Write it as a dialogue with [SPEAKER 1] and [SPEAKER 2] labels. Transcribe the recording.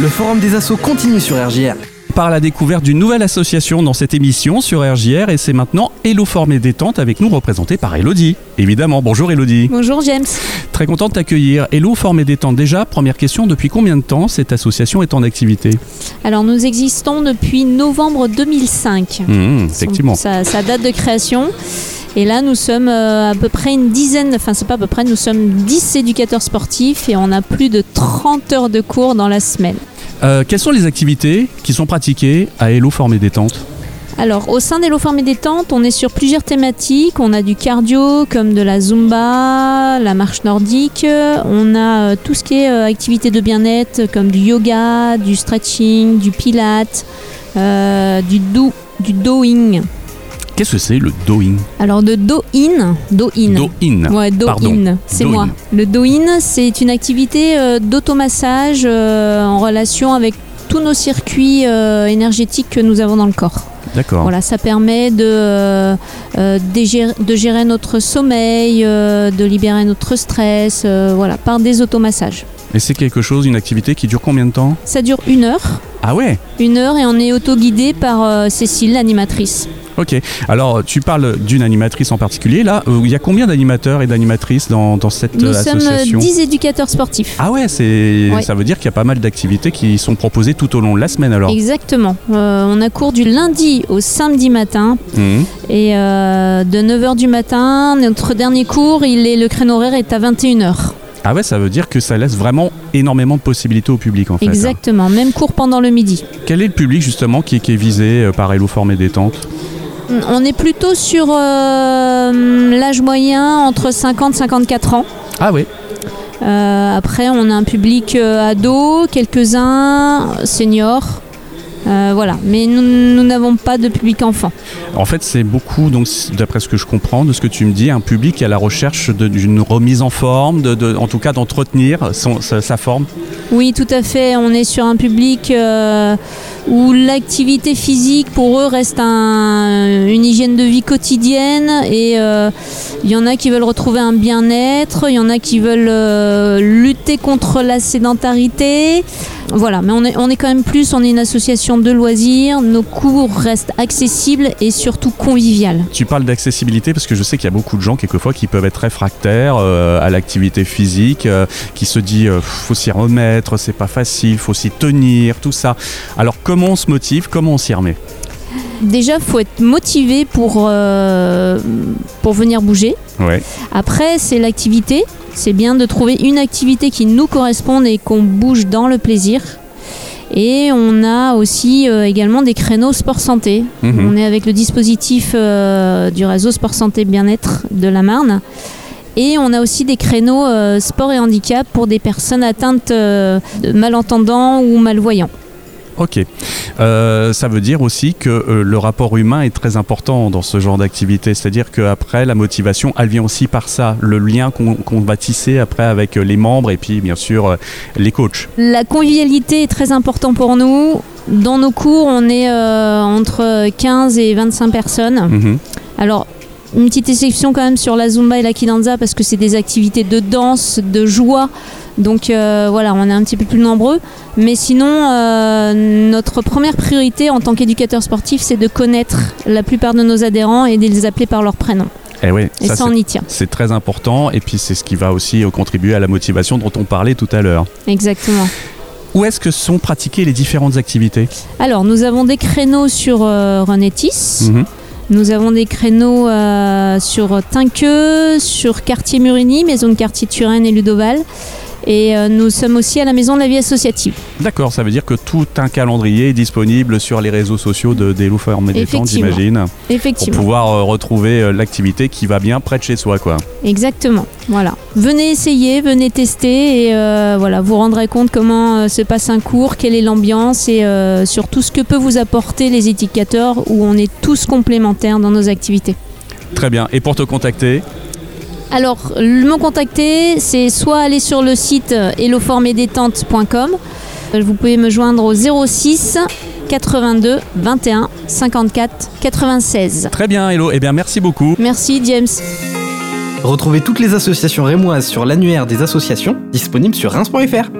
[SPEAKER 1] Le forum des assauts continue sur RJR.
[SPEAKER 2] par la découverte d'une nouvelle association dans cette émission sur RJR et c'est maintenant Hello Forme et Détente avec nous représentée par Elodie. Évidemment, bonjour Elodie.
[SPEAKER 3] Bonjour James.
[SPEAKER 2] Très content de t'accueillir. Hello Forme et Détente déjà, première question, depuis combien de temps cette association est en activité
[SPEAKER 3] Alors nous existons depuis novembre 2005.
[SPEAKER 2] Mmh, Effectivement.
[SPEAKER 3] Ça, ça date de création. Et là, nous sommes euh, à peu près une dizaine, enfin c'est pas à peu près, nous sommes 10 éducateurs sportifs et on a plus de 30 heures de cours dans la semaine.
[SPEAKER 2] Euh, quelles sont les activités qui sont pratiquées à Hello Forme et Détente
[SPEAKER 3] Alors, au sein d'Hello Forme et Détente, on est sur plusieurs thématiques. On a du cardio, comme de la zumba, la marche nordique. On a euh, tout ce qui est euh, activités de bien-être, comme du yoga, du stretching, du pilate, euh, du, do, du doing.
[SPEAKER 2] Qu'est-ce que c'est le doing
[SPEAKER 3] Alors, de do-in, do-in.
[SPEAKER 2] Doing.
[SPEAKER 3] Ouais, do
[SPEAKER 2] Pardon.
[SPEAKER 3] in, c'est
[SPEAKER 2] Do-in.
[SPEAKER 3] moi. Le do in, c'est une activité euh, d'automassage euh, en relation avec tous nos circuits euh, énergétiques que nous avons dans le corps.
[SPEAKER 2] D'accord.
[SPEAKER 3] Voilà, ça permet de, euh, euh, dégérer- de gérer notre sommeil, euh, de libérer notre stress, euh, voilà, par des automassages.
[SPEAKER 2] Et c'est quelque chose, une activité qui dure combien de temps
[SPEAKER 3] Ça dure une heure.
[SPEAKER 2] Ah ouais
[SPEAKER 3] Une heure et on est auto-guidé par euh, Cécile, l'animatrice.
[SPEAKER 2] Ok. Alors, tu parles d'une animatrice en particulier. Là, Euh, il y a combien d'animateurs et d'animatrices dans, dans cette
[SPEAKER 3] Nous
[SPEAKER 2] euh,
[SPEAKER 3] sommes euh,
[SPEAKER 2] association
[SPEAKER 3] 10 éducateurs sportifs.
[SPEAKER 2] Ah ouais, c'est
[SPEAKER 3] Ouais.
[SPEAKER 2] ça veut dire qu'il y a pas mal d'activités qui sont proposées tout au long de la semaine alors.
[SPEAKER 3] Exactement. Euh, on a cours du lundi au samedi matin
[SPEAKER 2] Mhm.
[SPEAKER 3] et euh, de 9h du matin, notre dernier cours, il est, le créneau horaire est à 21h.
[SPEAKER 2] Ah ouais, ça veut dire que ça laisse vraiment énormément de possibilités au public en fait.
[SPEAKER 3] Exactement, même cours pendant le midi.
[SPEAKER 2] Quel est le public justement qui, qui est visé euh, par Hello Forme et Détente
[SPEAKER 3] On est plutôt sur euh, l'âge moyen entre 50 et 54 ans.
[SPEAKER 2] Ah ouais.
[SPEAKER 3] Euh, après, on a un public euh, ado, quelques-uns euh, seniors. Euh, voilà, mais nous nous n'avons pas de public enfant.
[SPEAKER 2] En fait, c'est beaucoup donc c- d'après ce que je comprends, de ce que tu me dis, un public qui est à la recherche de- d'une remise en forme, de, de- en tout cas d'entretenir son- sa- sa forme.
[SPEAKER 3] Oui, tout à fait, on est sur un public euh, où l'activité physique pour eux reste un- une hygiène de vie quotidienne et euh, il y en a qui veulent retrouver un bien-être, il y en a qui veulent euh, lutter contre la sédentarité. Voilà, mais on est, on est quand même plus, on est une association de loisirs, nos cours restent accessibles et surtout conviviales.
[SPEAKER 2] Tu parles d'accessibilité parce que je sais qu'il y a beaucoup de gens quelquefois qui peuvent être réfractaires euh, à l'activité physique, euh, qui se dit euh, faut s'y remettre, c'est pas facile, faut s'y tenir, tout ça. Alors comment on se motive, comment on s'y remet
[SPEAKER 3] Déjà, faut être motivé pour, euh, pour venir bouger.
[SPEAKER 2] Ouais.
[SPEAKER 3] Après, c'est l'activité. C'est bien de trouver une activité qui nous corresponde et qu'on bouge dans le plaisir. Et on a aussi euh, également des créneaux sport santé.
[SPEAKER 2] Mhm.
[SPEAKER 3] On est avec le dispositif euh, du réseau sport santé bien-être de la Marne. Et on a aussi des créneaux euh, sport et handicap pour des personnes atteintes euh, de malentendants ou malvoyants.
[SPEAKER 2] Ok. Euh, ça veut dire aussi que euh, le rapport humain est très important dans ce genre d'activité. C'est-à-dire qu'après, la motivation, elle vient aussi par ça, le lien qu'on qu'on va tisser après avec euh, les membres et puis bien sûr euh, les coachs.
[SPEAKER 3] La convivialité est très importante pour nous. Dans nos cours, on est euh, entre 15 et 25 personnes.
[SPEAKER 2] Mhm.
[SPEAKER 3] Alors, une petite exception quand même sur la Zumba et la Kidanza parce que c'est des activités de danse, de joie. Donc euh, voilà, on est un petit peu plus nombreux. Mais sinon, euh, notre première priorité en tant qu'éducateur sportif, c'est de connaître la plupart de nos adhérents et de les appeler par leur prénom.
[SPEAKER 2] Eh oui,
[SPEAKER 3] Et
[SPEAKER 2] ça,
[SPEAKER 3] ça,
[SPEAKER 2] c'est
[SPEAKER 3] on y tient.
[SPEAKER 2] C'est très important et puis c'est ce qui va aussi euh, contribuer à la motivation dont on parlait tout à l'heure.
[SPEAKER 3] Exactement.
[SPEAKER 2] Où est-ce que sont pratiquées les différentes activités
[SPEAKER 3] Alors, nous avons des créneaux sur euh, Renétis.
[SPEAKER 2] Mhm.
[SPEAKER 3] Nous avons des créneaux euh, sur Tinqueux, sur quartier Murigny, maison de quartier Turin et Ludoval. Et euh, nous sommes aussi à la maison de la vie associative.
[SPEAKER 2] D'accord, ça veut dire que tout un calendrier est disponible sur les réseaux sociaux de des Loufards et des Tentes,
[SPEAKER 3] Effectivement.
[SPEAKER 2] j'imagine, pour
[SPEAKER 3] Effectivement.
[SPEAKER 2] pouvoir euh, retrouver euh, l'activité qui va bien près de chez soi. quoi.
[SPEAKER 3] Exactement. Voilà. Venez essayer, venez tester et euh, voilà, vous rendrez compte comment euh, se passe un cours, quelle est l'ambiance et euh, surtout ce que peut vous apporter les éducateurs où on est tous complémentaires dans nos activités.
[SPEAKER 2] Très bien. Et pour te contacter,
[SPEAKER 3] Alors, le mot contacter, c'est soit aller sur le site euh, helloformedétente.com. Euh, Vous pouvez me joindre au 06 82 21 54 96.
[SPEAKER 2] très bien Hello, eh bien merci beaucoup.
[SPEAKER 3] Merci James.
[SPEAKER 1] Retrouvez toutes les associations rémoises sur l'annuaire des associations disponible sur reims.fr.